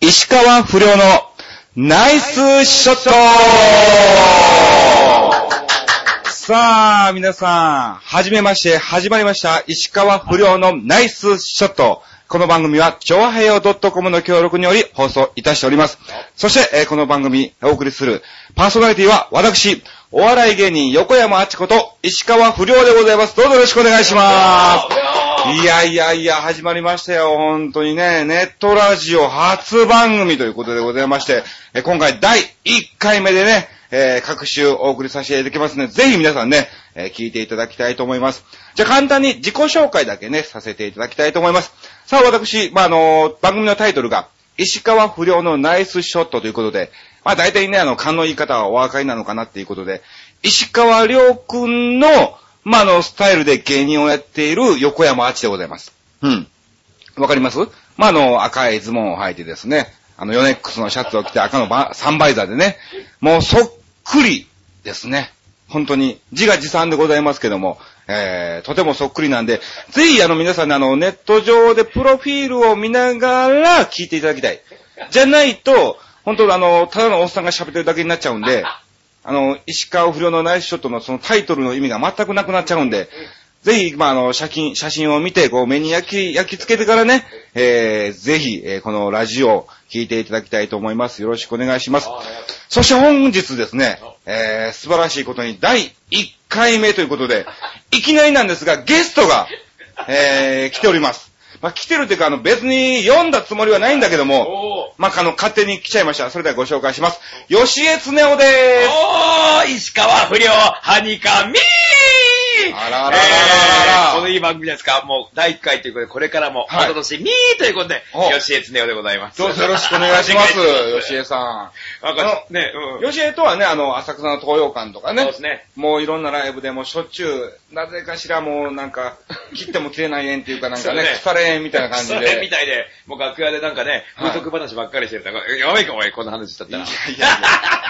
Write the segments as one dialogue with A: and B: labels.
A: 石川不良のナイスショットさあ、皆さん、はじめまして、始まりました。石川不良のナイスショット。この番組は、超平洋 .com の協力により放送いたしております。そして、えーこの番組、お送りするパーソナリティは、私、お笑い芸人横山あちこと、石川不良でございます。どうぞよろしくお願いします。いやいやいや、始まりましたよ。本当にね、ネットラジオ初番組ということでございまして、え今回第1回目でね、えー各週お送りさせていただきますので、ぜひ皆さんね、えー聞いていただきたいと思います。じゃあ簡単に自己紹介だけね、させていただきたいと思います。さあ、私、まあ、あの番組のタイトルが、石川不良のナイスショットということで、まあ、大体ね、あの、勘の言い方はお分かりなのかなっていうことで、石川良くんの、まあ、あの、スタイルで芸人をやっている横山あちでございます。うん。わかりますまあ、あの、赤いズボンを履いてですね、あの、ヨネックスのシャツを着て赤のバサンバイザーでね、もうそっくりですね。本当に、自画自賛でございますけども、えー、とてもそっくりなんで、ぜひあの皆さんね、あの、ネット上でプロフィールを見ながら聞いていただきたい。じゃないと、本当あの、ただのおっさんが喋ってるだけになっちゃうんで、あの、石川不良のナイスショットのそのタイトルの意味が全くなくなっちゃうんで、ぜひ、まあ、あの、写真、写真を見て、こう、目に焼き、焼き付けてからね、えー、ぜひ、えーこのラジオを聞いていただきたいと思います。よろしくお願いします。そして本日ですね、えー、素晴らしいことに第1回目ということ で、いきなりなんですが、ゲストが、えー、来ております。まあ、来てるというか、あの、別に読んだつもりはないんだけども、
B: おー
A: まあ、あの、勝手に来ちゃいました。それではご紹介します。吉江恒夫で
B: おー石川不良、はにかみー
A: あららららら
B: えーこのいい番組ですかもう第1回ということで、これからも、
A: はい
B: おととしみーということで
A: お、。
B: 吉江恒夫でございますす。
A: どうぞよろしくお願いしま す
B: お願いし。ます
A: 吉江さ
B: なんか、ね、
A: ん。
B: うん。
A: 吉江とはね、あの、浅草の東洋館とか
B: そう
A: ね
B: で、すね。
A: もういろんなライブでもうしょっちゅう、なぜかしらもうなんか、切っても切れない縁っていうかなんかね
B: そうね、
A: 腐れ縁みたいな感じ
B: それ
A: で。
B: みたいで、もう楽屋でなんかね、
A: はい
B: 風俗話ばっかりしてるとか、やばいかおい、こんな話しちゃったら。
A: いやいや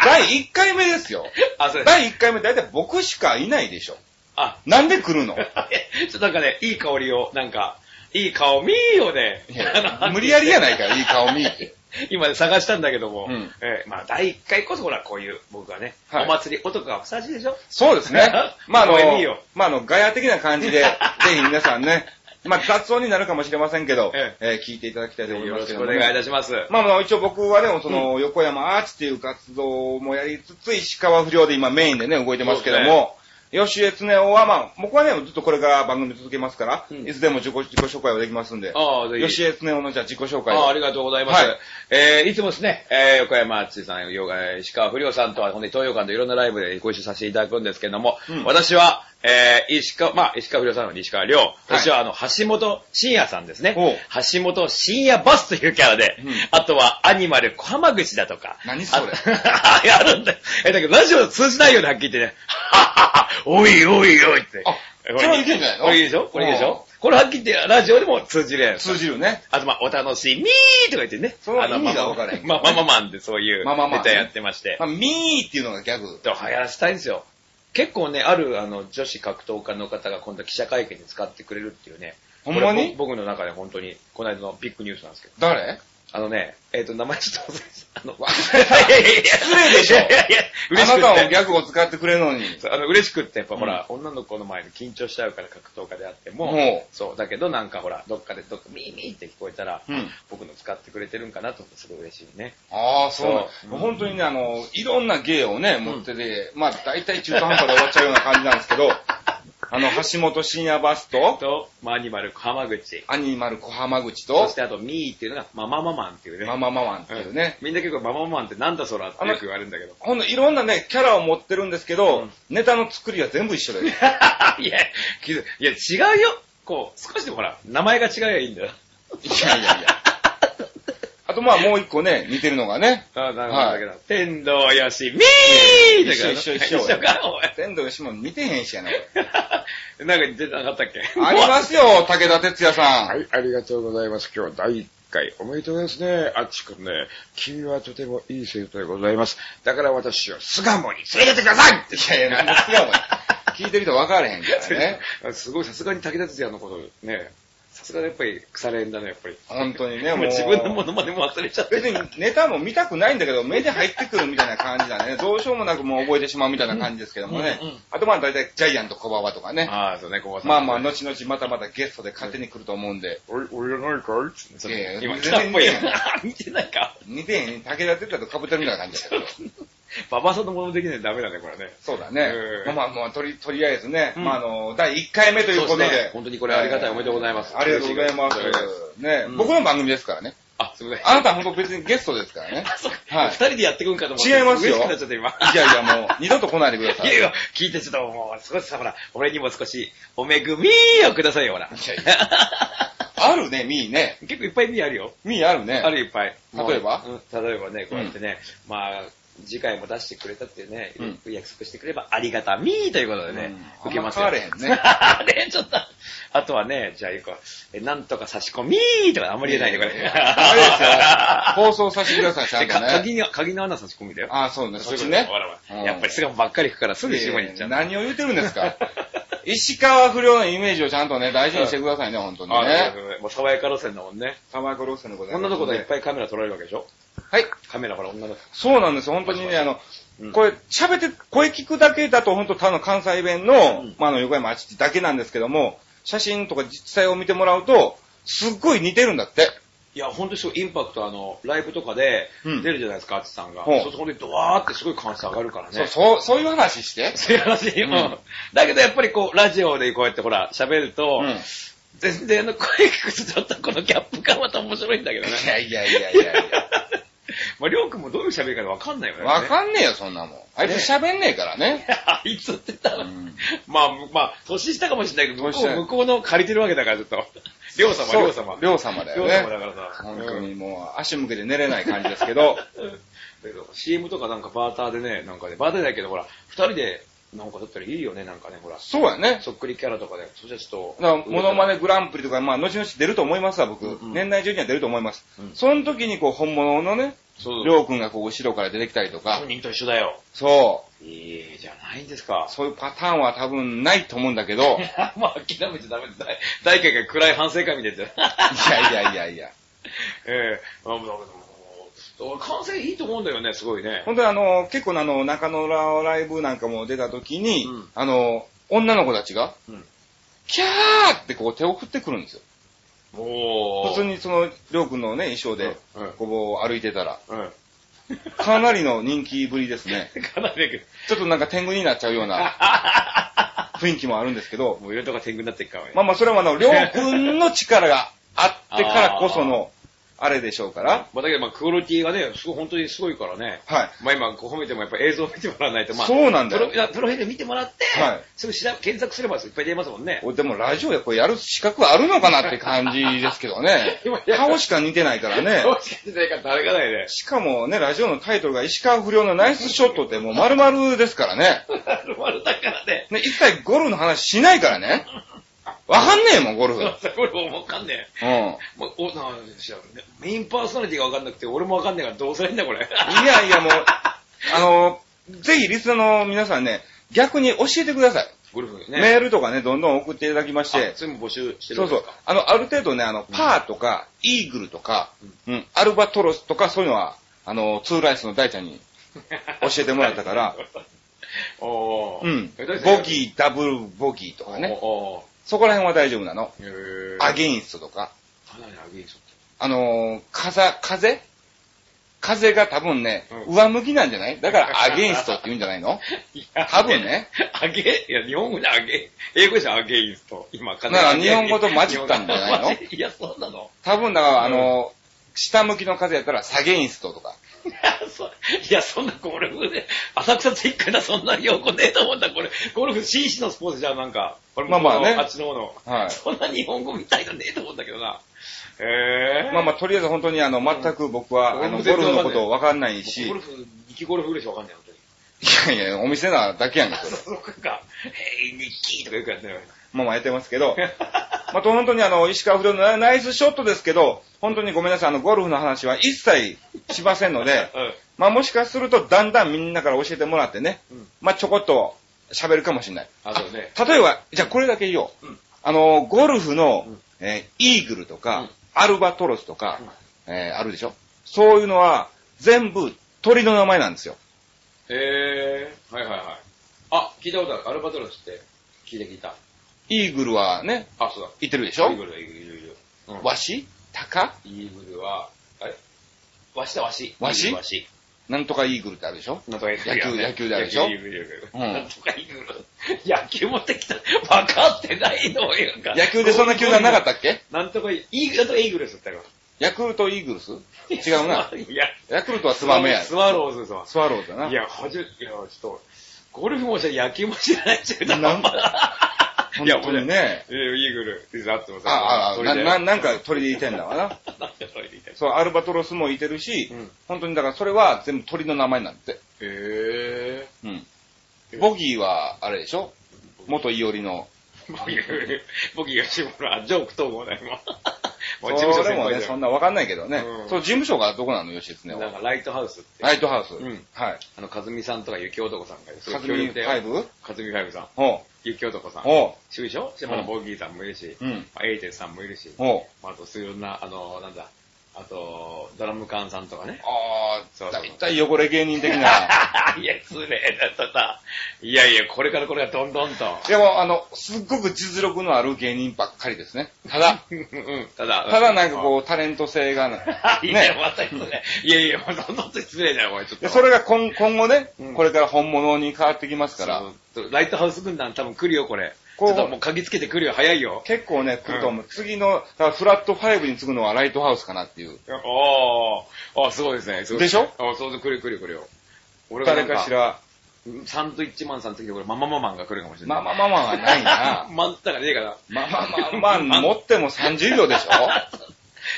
A: 第1回目ですよ。
B: あ、そうです。
A: 第1回目大体僕しかいないでしょ。
B: あ、
A: なんで来るの
B: ちょっとなんかね、いい香りを、なんか、いい顔みーをね
A: い、や無理やりやないから、いい顔見えて。
B: 今ね、探したんだけども、
A: うん
B: えーまあ、第1回こそほら、こういう、僕はね、
A: はい
B: お祭り男がふさわしいでしょ。
A: そうですね まあ、あの
B: もういいよ、
A: まあ、あの、ガヤ的な感 じで、ぜひ皆さんね、まあ、雑音になるかもしれませんけど、
B: え
A: えー聞いていただきたいと思い
B: よ
A: ま
B: ろ
A: すけ
B: し
A: ど
B: くお
A: もね、
B: 願いいたします。
A: まあ、まあ、一応僕はね、その、横山アーチっていう活動もやりつつ、石川不良で今メインでね、動いてますけども、吉江恒夫は、まあ、僕はね、ずっとこれから番組続けますから、
B: うん
A: いつでも自己自己紹介はできますんで、
B: ああ、ぜひ
A: 吉江恒夫のじゃあ自己紹介
B: ああ、
A: を
B: ありがとうございます。
A: はい
B: えーいつもですね、えー横山敦さん、よえー石川不良さんとは、ほんで東洋館といろんなライブでご一緒させていただくんですけども、
A: うん
B: 私は、えー石川、まあ、石川不良さんの西川亮、
A: い
B: 私はあの、橋本真也さんですね
A: おう。
B: 橋本真也バスというキャラで、
A: うん
B: あとはアニマル小浜口だとか。
A: 何それ
B: あ やるんだよ。え、だけどラジオ通じないよね、はっきり言ってね。 おいおいおいって。
A: あそれはいけんじゃないの
B: これいいでしょこれいいでし
A: うん
B: ょこれはっきり言ってラジオでも通じるやつ。
A: 通じるね。
B: あと、まあ、お楽しみーとか言ってね。
A: その
B: あの
A: 意味が分からへん
B: まあまあまあまあマンでそういう
A: まあまあまあ
B: ネタやってまして。
A: まあ、ミーっていうのがギャグ。
B: ちょっと流行らせたいんですよ。結構ね、あるあの女子格闘家の方が今度記者会見で使ってくれるっていうね。
A: ほんまに
B: これぼ僕の中で本当に、この間のビッグニュースなんですけど。
A: 誰
B: あのね、えっ、と、名前ちょっと忘れました。あの、
A: わ失礼でしょ
B: いやいやいや、
A: あ
B: 嬉しく
A: な
B: った
A: もギャグを使ってくれるのに。
B: そうあの嬉しくって、やっぱほら、女の子の前で緊張しちゃうから格闘家であっても、
A: ほ
B: そう、だけどなんかほら、どっかでどっかミーミーって聞こえたら、
A: うん
B: 僕の使ってくれてるんかなと思ってすごい嬉しいね。
A: ああ、そうなんだ
B: そう
A: もう本当にね、あの、いろんな芸をね、持ってて、まあ大体中途半端で終わっちゃうような感じなんですけ ど、あの、橋本深夜バスと、
B: と、まあアニマル、浜口、
A: アニマル小浜口
B: そ
A: と
B: し、てあとミーっていうのがママママンっていうね。
A: ママママンっていうね。
B: うんみんな結構ママママンってなんだそらってよく言われるんだ けど。
A: ほんといろんなね、キャラを持ってるんですけど、
B: うん
A: ネタの作りは全部 一緒だよ。
B: いや、気づいや違うよ。こう、少しでもほら、名前が違えばいいんだよ。
A: いやいやいや。あとまあもう一個ね、似てるのがね、
B: あなるほど。
A: はい
B: だけど、天童よしみー
A: 一緒
B: だ
A: 一
B: か
A: 緒
B: ら
A: 一緒。
B: 一緒か、お前。
A: 天童よしも似てへんしやな。
B: なんか出てなかったっけ
A: ありますよ、武田鉄矢さ
C: は
A: ん。
C: い、ありがとうございます。今日は第1回おめでとうですね。あっちくんね、君はとてもいい生徒でございます。だから私を巣鴨に連れてってください
A: いやいや、なん ですよ、お前聞いてる人分からへんからね。
B: すごい、さすがに武田鉄矢のことね、さすがやっぱり腐れ縁だね、やっぱり。
A: 本当にね、も
B: 今
A: う。
B: 自分のものまでも忘れちゃって
A: 別にネタも見たくないんだけど、目で入ってくるみたいな感じだね。どうしようもなくもう覚えてしまうみたいな感じですけどもね。
B: うんうん
A: あとまあ大体ジャイアント小バとかね。
B: ああ、そうね、ここさん。
A: まあまあ、後々またまたゲストで勝手に来ると思うんで。
C: おい、俺じゃないかいつって
B: そ
A: いやい
B: れ
A: や
B: 今、来たっぽいや
A: 全
B: ん
A: 然。
B: 見てないか。
A: 似てへん、武田鉄矢と被ってるみたいな感じだけど。
B: 馬場さんのものできないとダメだね、これね。
A: そうだね
B: え。え
A: まあまあ、とり、とりあえずね、
B: うん
A: まああの、第1回目ということで。
B: そうですね本当にこれありがたいおめでとうございます
A: ありがとうございます
B: ありがとうござい。
A: ね、
B: うん
A: 僕の番組ですからね。
B: あ、すみません。
A: あなたは本当別にゲストですからね。
B: そうか
A: はい
B: 二人でやってくんかと思って。
A: 違いますよ
B: 嬉しくなっちゃった、今。
A: いやいやもう、二度と来ないでくださ
B: い
A: い。
B: やいや、聞いてちょっともう、少しさ、ほら、俺にも少し、お恵みをくださいよ、ほら。
A: やいあるね、みーね。
B: 結構いっぱい意味あるよ。
A: みーあるね。
B: あるいっぱい。
A: 例えば
B: うん例えばね、こうやってね、まあ、次回も出してくれたっていうね、約束してくればありがたみーということでね、
A: うん
B: 受けます
A: あ
B: よ。
A: んま変われへんね
B: あれ、ちょっと。あとはね、じゃあ行こう。え、なんとか差し込みーとかあんまり言えないね、これ。
A: あれですよ。放送させてください、ちゃん
B: でか
A: とね。
B: 鍵に、鍵の穴差し込みだよ。
A: ああ、そうね、そっち
B: そういう
A: ね
B: ことほらほ。ら
A: うん
B: やっぱり巣鴨ばっかり行くからすぐ島に行っちゃう。
A: いやいや何を言ってるんです か。石川不良のイメージをちゃんとね、大事にしてくださいね、本当に
B: あそう
A: ね。
B: そうそうもう爽やか路線だもんね。
A: 玉子ロスのこと
B: 女の子がいっぱ
A: い。
B: いカメラ撮られるわけでしょ
A: はい。
B: カメラから女の子。
A: そうなんですよ、本当に
B: もし
A: ね、
B: も
A: あ
B: し
A: の
B: うん、
A: これ、喋って、声聞くだけだと、本当ただの関西弁の
B: うん、
A: まあ、あの、横山あっちだけなんですけども、写真とか実際を見てもらうと、すっごい似てるんだって。
B: いや、本当にすごいインパクト、あの、ライブとかで
A: うん
B: 出るじゃないですか、アッチさんが。
A: ほう
B: そうそこでドワーってすごい感謝上がるからね。
A: そう、そう、そういう話して。
B: そういう話、うん
A: うん
B: だけどやっぱりこう、ラジオでこうやってほら、喋ると、
A: うん
B: 全然あの声聞くとちょっとこのギャップがまた面白いんだけどね。
A: いやいやいやいやいや。
B: まあ、りょうくんもどういう喋り方わかんないよね。
A: わかんねえよ、そんなもん。あいつ喋んねえからね。
B: あいつって言ったら、
A: うん
B: まあ、まあ、年下かもしれないけど、向こ
A: 年下
B: う向こうの借りてるわけだから、ずっと。りょう様、りょう様。
A: 両様だよ
B: りょう様だ
A: ね。
B: からさ。
A: 本当にもう足向けて寝れない感じですけど、
B: だけど CM とかなんかバーターでね、なんかね、バーターだけど、ほら、二人でなんか撮ったらいいよね、なんかね、ほら。
A: そうやね。
B: そっくりキャラとかで、そしたらちょっと。
A: だから、モノマネグランプリとか、まあ、後々出ると思いますわ、僕。
B: うんうん
A: 年内中には出ると思います。
B: うん
A: その時に、こう、本物のね、
B: そう
A: りょうくんがこう、後ろから出てきたりとか
B: 本、人と一緒だよ。
A: そ
B: いいじゃないですか
A: う、。そういうパターンは多分ないと思うんだけど、い
B: まあ、諦めちゃダメです。大会が暗い反省会みたいなやつ。
A: やいや いやいや。
B: ええまあ、まあまあまあ完成いいと思うんだよね、すごいね。
A: 本当にあの、結構あの、中野ライブなんかも出た時に、
B: うん
A: あの、女の子たちが、
B: うん
A: キャーってこう手を振ってくるんですよ。
B: おー。
A: 普通にその、りょうくんのね、衣装で
B: うんうん、
A: こう歩いてたら、
B: うん。
A: かなりの人気ぶりです ね。
B: かなりだけ
A: ちょっとなんか天狗になっちゃうような雰囲気 もあるんですけ
B: ど
A: ど、
B: もういろんなとこ天狗になっていくからね。
A: まあまあそれはあの、りょうくんの力があってからこその、あれでしょうから、
B: まあ、だけど、まあ、クオリティがね、すごい、本当にすごいからね。
A: はい。
B: まあ今、こう褒めてもやっぱ映像を見てもらわないと、まあ、
A: そうなんだよ
B: プロいやプロフィール見てもらって、
A: はい
B: すぐ調べ検索すればいっぱい出ますもんね。
A: おでもラジオでこれやる資格あるのかなって感じですけど ね
B: 今。や
A: 顔しか似てないからね。
B: どうしかしてないかってあれがないね。
A: しかもね、ラジオのタイトルが石川不良のナイスショットってもう丸々ですからね。
B: 丸だからね。
A: ね、一切ゴルフの話しないからね。わかんねえもん、ゴルフ。う
B: そうそうこれもうわかんねえ。
A: ん。
B: もうおなんでしょうねメインパーソナリティがわかんなくて、俺もわかんねえからどうすりゃいいんだこれ。
A: いやいやもう、あの、ぜひリスナーの皆さんね、逆に教えてください。
B: ゴルフね。
A: メールとかね、どんどん送っていただきまし
B: あ
A: て、
B: それも募集してる
A: そ
B: ん
A: う
B: で
A: そ
B: す
A: う
B: か。。
A: あの、ある程度ね、あの、パーとか、イーグルとか、うん、アルバトロスとか、そういうのは、あの、ツーライスの大ちゃんに教えてもらったから、
B: おー。
A: うん
B: えどうし、た
A: ボギー、ダブルボギーとかね、
B: お
A: そこら辺は大丈夫なの。
B: ー。へー
A: アゲインストとか、
B: かなりアゲインスト
A: あのー、風、風風が多分ね、
B: う
A: 上向きなんじゃないだからアゲインストって言うんじゃない の
B: いや
A: 多分ね。
B: アゲいや、日本語でアゲ英語でしょアゲインスト。今、か
A: なら日本語と混じったんじゃないの
B: 日本語と混じいや、そうなの。
A: 多分だから、あのー、下向きの風やったら下ゲインストとか。
B: いや、そいやそんなゴルフで、浅草ツイッカーだ、そんな用語ねえと思った、これ。ゴルフ紳士のスポーツじゃん、なんか。これも
A: まあまあね
B: あっちの方の。
A: はい
B: そんな日本語みたいのねえと思ったけどな。へえ。
A: まあまあ、とりあえず本当にあの、全く僕は、あの、
B: うん
A: ゴルフのことわかんないし、
B: ゴルフ、ニキゴルフぐらいしかわかんない、本当に。
A: いやいや、お店なだけやんか、それ。
B: そうか。へえ、ニッキーとかよくやってるよね。
A: まあまあやってますけど、まあと本当にあの、石川不良のナイスショットですけど、本当にごめんなさい、あの、ゴルフの話は一切しませんので、
B: うん。
A: まあもしかするとだんだんみんなから教えてもらってね、
B: うん
A: まあちょこっと喋るかもしれない。
B: あ、そうね。
A: 例えば、じゃあこれだけ言おう。
B: うん
A: あの、ゴルフの
B: うん
A: えーイーグルとか、
B: うん
A: アルバトロスとか、えーあるでしょそういうのは全部鳥の名前なんですよ。
B: へー、はいはいはい。あ、聞いたことある。アルバトロスって、聞いて聞いた。
A: イーグルはね、
B: あ、そうだ。
A: いてるでし
B: イー
A: ょ
B: グルだ、イーグル、イーグルイーグル。うん
A: ワシタカ
B: イーグルは、あれわしだ、わし。
A: わし
B: イーグルわし。
A: なんとかイーグルってあるでしょ
B: なんとか野
A: 球野球であるでしょ
B: 野球イーグルイーグル
A: うん
B: なんとかイーグル。野球持ってきた。分かってないのよ。
A: 野球でそんな球団なかったっけ
B: なんとかイーグル、なんとかイーグルスだったよ。
A: ヤクルトイーグルス違うな。
B: いや、
A: ヤクルトはツバメや。
B: スワローズさ。
A: スワローズだな。
B: いや、はじ、いや、ちょっと、ゴルフもし野球も知らない中だ。
A: なん
B: い
A: 本
B: や、
A: 当にね。
B: 俺。 えイーグル、リザーっても
A: ああ、あ
B: そ
A: あ
B: れで
A: な、な、なんか鳥でいてんだわな。
B: なんでそれでいいんだよ
A: そう、アルバトロスもいてるし、
B: うん
A: 本当にだからそれは全部鳥の名前なんて。
B: へ
A: うん。ボギーは、あれでしょ元いおりの。
B: ぇー。僕が、僕が吉村、ジョーク統合だよ、 今。
A: そ
B: もう事務所
A: れ
B: 先
A: も
B: 輩
A: ね、
B: じゃ
A: そ
B: ん
A: んなわかんないけどね。
B: うん
A: そう、事務所がどこなの吉常
B: なん
A: は。
B: か、ライトハウスって。
A: ライトハウス。
B: うん
A: はい。
B: あの、かずみさんとか、ゆきおとこさんが、す
A: カ
B: ごい
A: ズ
B: 協
A: ミ
B: 力
A: フ
B: で。
A: ァイブ
B: かずみファイブさん。
A: ほ
B: ゆきおとこさ
A: う。
B: ん。
A: ほ
B: しゅでしょ島田ボギーさんもいるし、
A: う。うん。
B: まあエイテスさんもいるし、
A: ほう。
B: まああと、そういうような、あの、なんだ、あと、ドラム缶さんとかね。
A: あ
B: そう
A: あ、
B: そう
A: だいたい汚れ芸人的 な。
B: いや、失礼だったさ。いやいや、これからこれがどんどんと。
A: でも、あの、すっごく実力のある芸人ばっかりですね。ただ、
B: うん、ただ、
A: ただなんかこう、タレント性がない。
B: いや、
A: ね。
B: また失礼。いやいや、もうどんどんと失礼だよ、これ、ちょっ
A: で
B: と。
A: それが今今後ね
B: うん、
A: これから本物に変わってきますから、
B: そうライトハウス軍団多分来るよ、これ。ち
A: こう
B: ょっともう嗅ぎつけて来るよ、早いよ。
A: 結構ね、来ると思う。次の、だからフラット5に次ぐのはライトハウスかなっていう。
B: おー、あすごいですね。すごいすね
A: でし
B: あそうそう、来るよ来るよ来るよ。俺がな
A: 誰
B: ん
A: かし。ら、
B: サンドイッチマンさんの時、俺、ママママンが来るかもしれない。。
A: まあまあまあまあはないな
B: マンタがねえから。
A: まあまあまあ、持っても30秒でしょ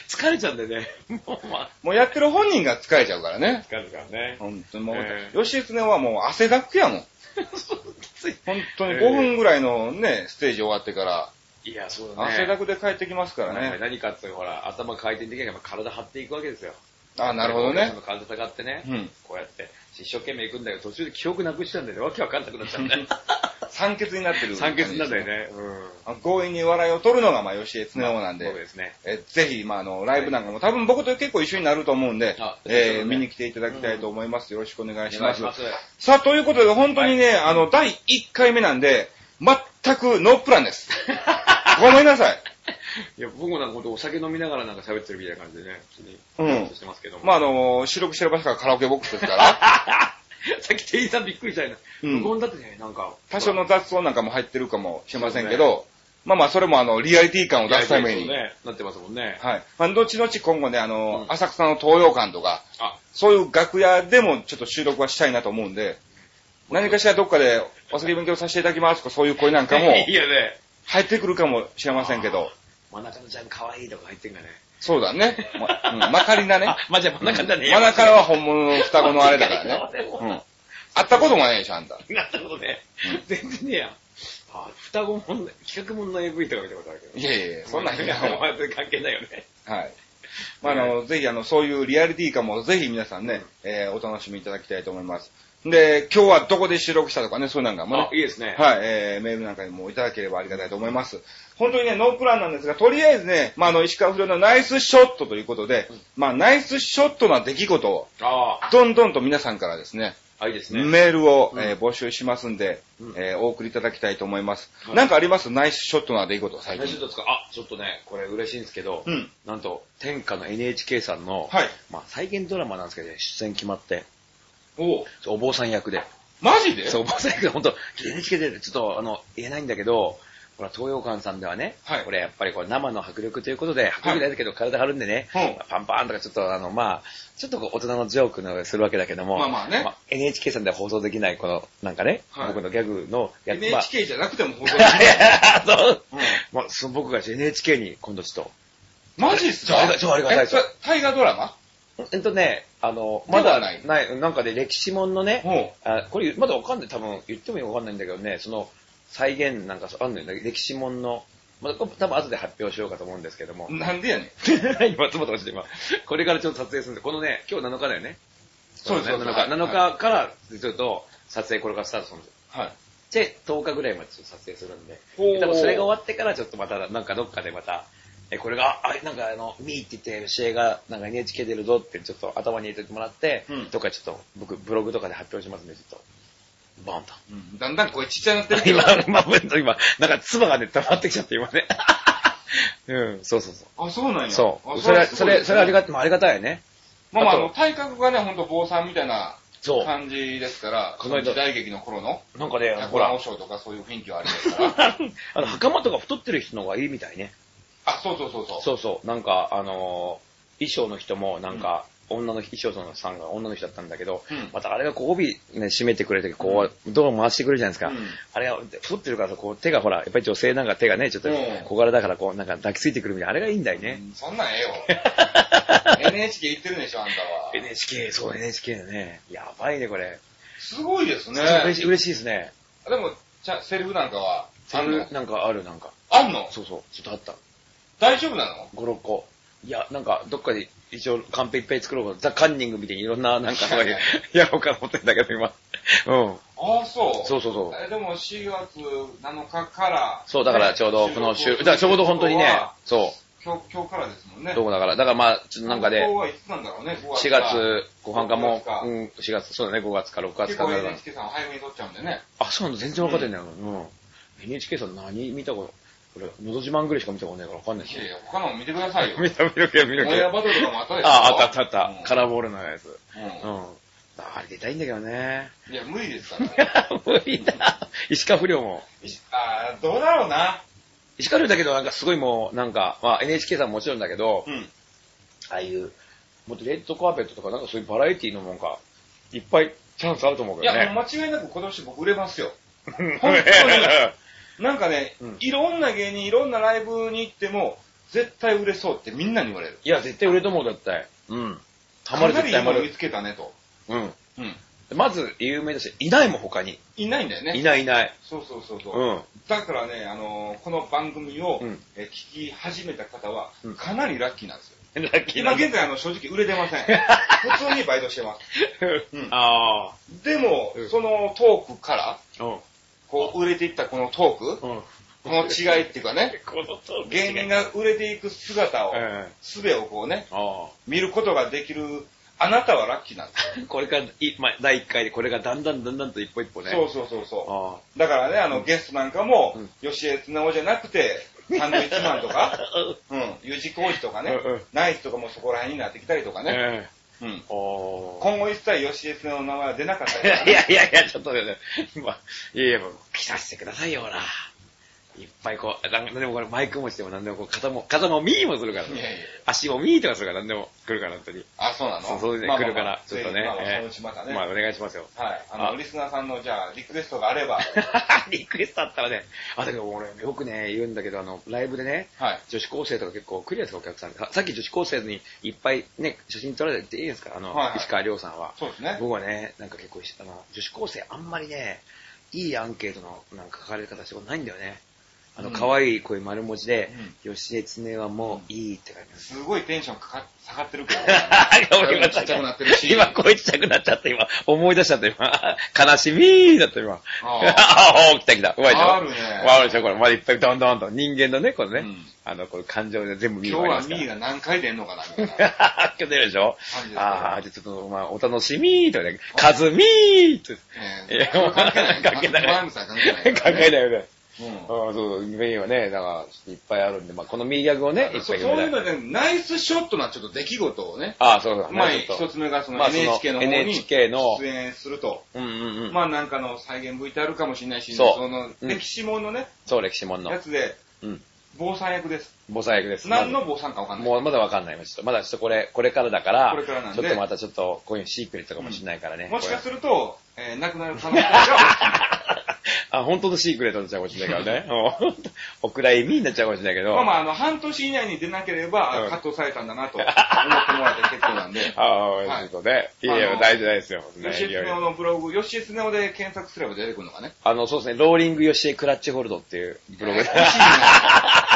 B: 疲れちゃうんだよね。もう、まあ、
A: もうやってる本人が疲れちゃうからね。
B: 疲れるからね。
A: 本当にもう
B: え、
A: 吉常はもう汗だくやもん。
B: つい
A: 本当に5
B: ええ
A: 分ぐらいのね、ステージ終わってから、
B: いや、そうだね。
A: 汗だくで帰ってきますから
B: なんか
A: ね。
B: 何かっていうとほら、頭回転できないから体張っていくわけですよ。
A: あなるほどね。
B: 体下がってね、
A: うん
B: こうやって、一生懸命行くんだけど、途中で記憶なくした んだよね。わけわかんなくなっちゃうんだよ。
A: 酸欠になってる。
B: 酸欠なんだよ。ね。
A: あ強引に笑いを取るのが、まあ、吉江
B: うん。
A: 常夫なん
B: そう
A: で、
B: ですね。
A: えぜひ、まあ、あの、ライブなんかも、多分僕と結構一緒になると思うんで
B: あ、そう
A: え
B: です
A: ー
B: ね
A: 見に来ていただきたいと思います。よろしくお願いし
B: お願
A: ま
B: い
A: す
B: し。ます。
A: さあ、ということで、本当にね、あの、第1回目なんで、全くノープランです。 ごめんなさい。
B: いや、僕もなんか本当お酒飲みながらなんか喋ってるみたいな感じでね、普通に、
A: うん
B: してますけども。
A: まあ、あの、収録してる場所がカラオケボックスです から、
B: さっき店員さんびっくりしたよな。
A: うん
B: 無言だったじゃないなんか。
A: 多少の雑音なんかも入ってるかもしれませんけど、まあまあ、それもあの、リアリティ感を出すために、
B: ね、なってますもんね。
A: はい。まあ、後々今後ね、あの、
B: うん
A: 浅草の東洋館とか、
B: あ、
A: そういう楽屋でもちょっと収録はしたいなと思うんで、何かしらどっかでお酒勉強させていただきますとか、そういう声なんか も
B: いいよね。
A: 入ってくるかもしれませんけど、
B: 真ん中のジャム可愛いとか入ってんかね。
A: そうだ ね。ま、うん、まかりなね
B: あ。、まあ、じゃあ真ん中だね。
A: まだからは本物の双子のあれだから ね。
B: う
A: うんん。会ったこともないでしょ、あんた。
B: なるほどね。全然ねえや。あ、双子もん、企画もんの AV とか見たことあるけど。
A: いやいやいや、そんなんい
B: や
A: やもん。
B: 全然関係ないよね。
A: はい。まあ、あの、ぜひ、あの、そういうリアリティ感もぜひ皆さんね、えーお楽しみいただきたいと思います。で、今日はどこで収録したとかね、そういうなんかもね
B: あ、、いいですね。
A: はい、えー、メールなんかにもいただければありがたいと思います。本当にね、ノープランなんですが、とりあえずね、まあ、あの、石川不良のナイスショットということで、まあ、ナイスショットな出来事を、
B: あ
A: どんどんと皆さんからですね、
B: あ、いいですね。
A: メールを、
B: うん
A: えー募集しますんで、
B: うん
A: えーお送りいただきたいと思います。
B: はい
A: なんかありますナイスショットな出来事、
B: 大
A: 最
B: 丈夫
A: 近。
B: ですかあ、ちょっとね、これ嬉しいんですけど、
A: うん
B: なんと、天下の NHK さんの、
A: はい
B: まあ、再現ドラマなんですけどね、出演決まって、
A: お
B: そうお坊さん役で。
A: マジで
B: そう、お坊さん役で、本当 NHK でちょっと、あの、言えないんだけど、ほら、東洋館さんではね、
A: はい
B: これやっぱりこう生の迫力ということで、迫力ないだけど体張るんでね、
A: はい
B: まあパンパンとかちょっとあの、まあ、ちょっとこう大人のジョークのするわけだけども、
A: まあまあね
B: NHK さんでは放送できないこの、なんかね、
A: はい
B: 僕のギャグのやま あ
A: NHK じゃなくても放送
B: いやいやそう
A: うん
B: まあ、その僕が NHK に今度ちょっ
A: マジっすか
B: ちょちょありがたい
A: えそれ大河ドラマ
B: と、えっとね、あの、
A: では
B: まだ
A: ない
B: ない、なんかで歴史もんのね、
A: ほ
B: あこれまだわかんない、多分言ってもわかんないんだけどね、その再現なんかそうあんのよね、歴史もんの、まあ、これ多分後で発表しようかと思うんですけども
A: う。、なんでやねん。
B: 今、つもとして今、これからちょっと撮影するんで、このね、今日7日だよね。
A: そうです
B: ね、
A: そう
B: 7
A: です
B: 日。7
A: は
B: 日から、ちょっと、撮影これからスタートするんです
A: はい。
B: で、10日ぐらいまでちょっと撮影するんで、
A: ほう
B: 多分それが終わってからちょっとまた、なんかどっかでまた、えこれが、あなんかあの、ミーって言って試合がなんか NHK 出るぞってちょっと頭に入れてもらって、
A: うん
B: とかちょっと僕ブログとかで発表しますね、ちょっと。バーンと。
A: うんだんだん声ちっちゃくなってるけど
B: 今、今、今、なんか唾がね、溜まってきちゃって、今ね。 うん、そうそうそう。
A: あ、そうなんや。
B: そう。
A: あ
B: それは、それ、それはありが
A: た
B: た、まあありがたいね。
A: まあまあ、あ
B: あと
A: の、体格がね、ほんと坊さんみたいな
B: そう。
A: 感じですから、
B: こ
A: こ
B: の
A: の
B: 間
A: 時代劇の頃の、
B: なんかね、ほ
A: 百
B: ら
A: 万和、尚とかそういう雰囲気はありますから。
B: あの、袴とか太ってる人の方がいいみたいね。
A: あ、そうそうそうそう。
B: そうそう。なんか、あのー衣装の人も、なんか、女の人、衣装のさんが女の人だったんだけど、
A: うん
B: またあれがこう帯ね、締めてくれて、こう、ドローン回してくれるじゃないですか。
A: うん
B: あれが、太ってるからさ、こう手がほら、やっぱり女性なんか手がね、ちょっと
A: うん
B: 小柄だから、こう、なんか抱きついてくるみたいな、あれがいいんだよね。
A: うんそんなんえ えよ。NHK 行ってるでしょ、あんたは。
B: NHK、そう、NHK だね。やばいね、これ。
A: すごいですね。
B: 嬉しい、嬉しいですね。
A: でも、ちゃセリフなんかは、あんの
B: なんかある、なんか。
A: あんの
B: そうそう、ちょっとあった。
A: 大丈夫なの
B: 5、6個。いや、なんか、どっかで一応、カンペいっぱい作ろうかザ・カンニングみたいにいろんな、なんか、そういうやろうかと思ってんだけど、今。うん。
A: ああ、そう。
B: そうそうそう。
A: えでも、4月7日から。
B: そう、だから
A: ね
B: ちょうど、この週、
A: 収録を
B: だからちょうど本当にね、そ
A: 今日、今日からですもんね。
B: う、どこだから、だからまあ、ちょっとなんかで
A: 今、日はいつなんだろうね、5
B: 4
A: から。
B: 月後半かも
A: 5月か
B: う、うん、4月、そうだね、5月か6月
A: 結
B: か
A: 構
B: ら。
A: NHK さんは早めに撮っちゃうんでね。
B: あ、そうなの、全然わかってんだよ。うん。NHK さん何見たこと、俺、のど自慢ぐらいしか見たことないからわかんないし
A: い。やいや、他のも見てくださいよ。
B: 見た、見るけ、見る
A: オンエ
B: け。
A: アバトルとかもあったでしょ。
B: あ、あったあったあっ
A: うん
B: た。カラーボールのやつ。う。
A: うん
B: あれ出たいんだけどね。
A: ん。いや、無理ですからね。
B: 無理だ。石川不良も。
A: 石あーどうだろうな。
B: 石川不良だけどなんかすごいもう、なんか、まあ NHK さんももちろんだけど、
A: うん。
B: ああいう、もっとレッドカーペットとかなんかそういうバラエティのもんか、いっぱいチャンスあると思う
A: い
B: けど
A: や、
B: ね。
A: もう間違いなく今年僕売れますよ。
B: 本
A: 当になんかね、
B: うん
A: いろんな芸人、いろんなライブに行っても、絶対売れそうってみんなに言われる。
B: いや、絶対売れと思う、だって。うん。たま
A: か
B: る
A: な
B: 絶
A: り
B: 対
A: 今
B: ハマ
A: 見
B: る。
A: つけたねと。
B: うん。
A: うん。
B: まず有名だし、いないもん他に。
A: いないんだよね。
B: いないいない。
A: そうそうそうそうう。
B: ん。
A: だからね、あのーこの番組を、
B: うん
A: えー聞き始めた方は
B: うん、
A: かなりラッキーなんですよ。
B: ラッキー
A: 今
B: だね
A: 現在、あの、正直売れてま せん。普通にバイトしてます。うん
B: あ
A: でも、
B: うん
A: そのトークから、
B: あ。うん。
A: こう、売れていったこのトーク、
B: うん。
A: この違いっていうか ね、
B: このと
A: 芸人が売れていく姿を
B: う、ん。
A: 術をこうね、
B: あ
A: 見ることができる、あなたはラッキーなんですよ。
B: あ。 これから、いまあ、第1回でこれがだんだんだんだんと一歩一歩ね。
A: そうそうそうそう。
B: ああ。
A: だからね、あの、ゲストなんかも
B: うん、
A: 吉江綱夫じゃなくて、サンドウィッチマンと か、うん、U 字工事とかね
B: うんうん、
A: ナイスとかもそこら辺になってきたりとかね、
B: ええ。
A: うん。
B: おー
A: 今後一切吉江綱の名前は出なかった
B: い
A: りとか
B: やい
A: ね。
B: やいやいや、ちょっとね、今、いやいや、もう来させてくださいよ、ほら。いっぱいこう、なんでもこれマイク持ちでもなんでもこう、肩も、肩もミーもするから、
A: いやいや
B: 足もミーとかするから、なんでも来るから、本当に。
A: あ、そうなの
B: そうそうね、
A: まあま
B: 来
A: あ
B: るか
A: ま
B: ら
A: あ、
B: ちょっとね。
A: まあまあ
B: ええ
A: そのうちまたね。
B: まあ、
A: はい。
B: お願いしますよ。
A: あ
B: あ
A: の、リスナーさんの、じゃあ、リクエストがあれば、
B: リクエストあったらね、あ、だけど俺、よくね、言うんだけど、あの、ライブでね、
A: はい。
B: 女子高生とか結構来るやつがお客さんで、さっき女子高生にいっぱいね、写真撮られていいんですかあの、
A: はいはい
B: 石川亮さんは。
A: そうですね。
B: 僕はね、なんか結構、あの、女子高生あんまりね、いいアンケートのなんか書かれ方したことないんだよね。あの、
A: うん
B: 可愛い声丸文字で、吉江常はもういいって書いてます。
A: すごいテンションかか下がってるけど、
B: 今
A: ちっちゃくなってるし
B: 今声ちっちゃくなっちゃった今。思い出しちゃった今。悲しみーだった今。あ おー来た来た。うまいでしょ。
A: あるね
B: わかるでしょこれ。まだいっぱいどんどんと。人間のね、このね。
A: うん
B: あの、これ感情で全 部見
A: 今
B: る
A: 日
B: わけで
A: は
B: す
A: ミ
B: から。
A: ーが何回出んのかな、みたいな。
B: 今日出るでしょ
A: 感じですね
B: ああ、じゃあちょっと、まあ、お楽しみーとかね、かずみーって。
A: え
B: い
A: え
B: や、
A: 関係ない。
B: 関係ない
A: マームさん関係ない。
B: 考えないよ
A: う
B: ね。
A: ん
B: ああ、そうそう、メインはね、だから、いっぱいあるんで、まあ、このミーギャグをね、いっ
A: そ
B: ぱ
A: う
B: い
A: そう
B: 読
A: いう
B: みたい。
A: ので、ナイスショットなちょっと出来事をね、
B: ああ、そうそう。
A: まあ
B: ねちょっと
A: 一つ目がその
B: まあその
A: NHK の方に
B: NHK の
A: 出演すると、
B: うんうんうん。
A: まあなんかの再現 VT あるかもしれないし、
B: そう
A: その
B: うん
A: 歴史ものね、
B: そう、歴史もんの
A: や。つで、
B: うん。
A: 坊さん役です。
B: 防災役です。
A: 何の坊さんかわかんない。
B: もうまだわかんない。ちょっとまだちょっとこれ、これからだから、
A: これからなんで
B: ちょっとまたちょっと、こういうシークレットかもしれないからね。
A: もしか
B: る
A: すると、えー亡くなる可能性が、
B: あ、本当のシークレットになっちゃうかもしれないからね。うんお蔵入りになっちゃうかもしれないけど。
A: まあまあ、あの、半年以内に出なければ、
B: うん。
A: カットされたんだなと思ってもらって結構なんで
B: ああ、
A: はい
B: ちょっとね。いやい
A: あ
B: や、
A: の
B: 大事ないですよ。ね
A: 吉
B: い
A: 江
B: やい
A: スネ
B: や
A: 夫のブログ、吉江スネ夫で検索すれば出てくるのかね。
B: あの、そうですね、ローリング吉江クラッチホールドっていうブログで。
A: 欲しいな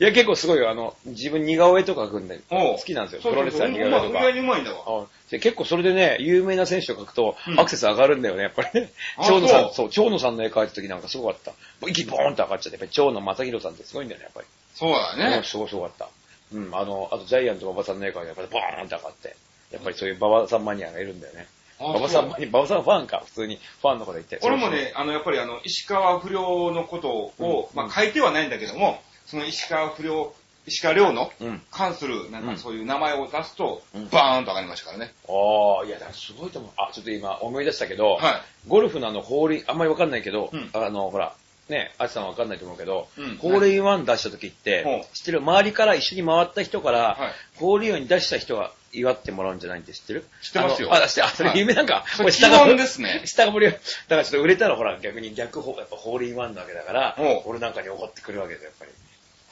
B: いや、結構すごいよ。あの、自分似顔絵とか描くんで、
A: おう
B: 好きなんですよ。
A: そうそ
B: プロ
A: う
B: レス
A: そ
B: ラ
A: う
B: ー
A: う
B: 似
A: まい
B: 顔絵とか
A: 意外にうまいんだわ。
B: あ。で結構それでね、有名な選手を描くと
A: う、ん
B: アクセス上がるんだよね、やっぱりね。
A: あ
B: 蝶野さ、
A: そうん
B: そう、蝶野さんの絵描いた時なんかすごかった。息ボーンと上がっちゃって、やっぱり蝶野正宏さんってすごいんだよね、やっぱり。
A: そうだね。
B: すごいすごかった。うん、あの、あとジャイアント馬場さんの映画がやっぱりボーンって上がって、やっぱりそういう馬場さんマニアがいるんだよね。馬場さんマニア、馬場さんファンか、普通にファンの方がいて。
A: 俺もね、あの、やっぱりあの、石川不良のことを、
B: うん
A: まあ、書いてはないんだけども、その石川不良、石川良の
B: そうそう、うん。
A: 関する、なん
B: う
A: か
B: ん
A: そういう名前を出すと、
B: うん
A: バーンと上がりましたからね。
B: ああ、いや、だからすごいと思う。あ、ちょっと今思い出したけど、
A: はい。
B: ゴルフのあの、ホールイン、あんまりわかんないけど、
A: うん
B: あの、ほら、ね、アチさんはわかんないと思うけど、
A: うん
B: ホールインワン出した時って、
A: ほう
B: 知ってる周りから一緒に回った人から、
A: はい
B: ホールインワンに出した人が祝ってもらうんじゃないって知ってる
A: 知ってますよ
B: あのあ、知って、あ、それ
A: はい
B: 夢なんか、
A: それ
B: 俺下
A: 基
B: が
A: 本ですね
B: 下がぶりだからちょっと売れたらほら、逆に逆方、やっぱホールインワンなわけだから
A: ほ、う
B: 俺なんかに怒ってくるわけだよ、やっぱり。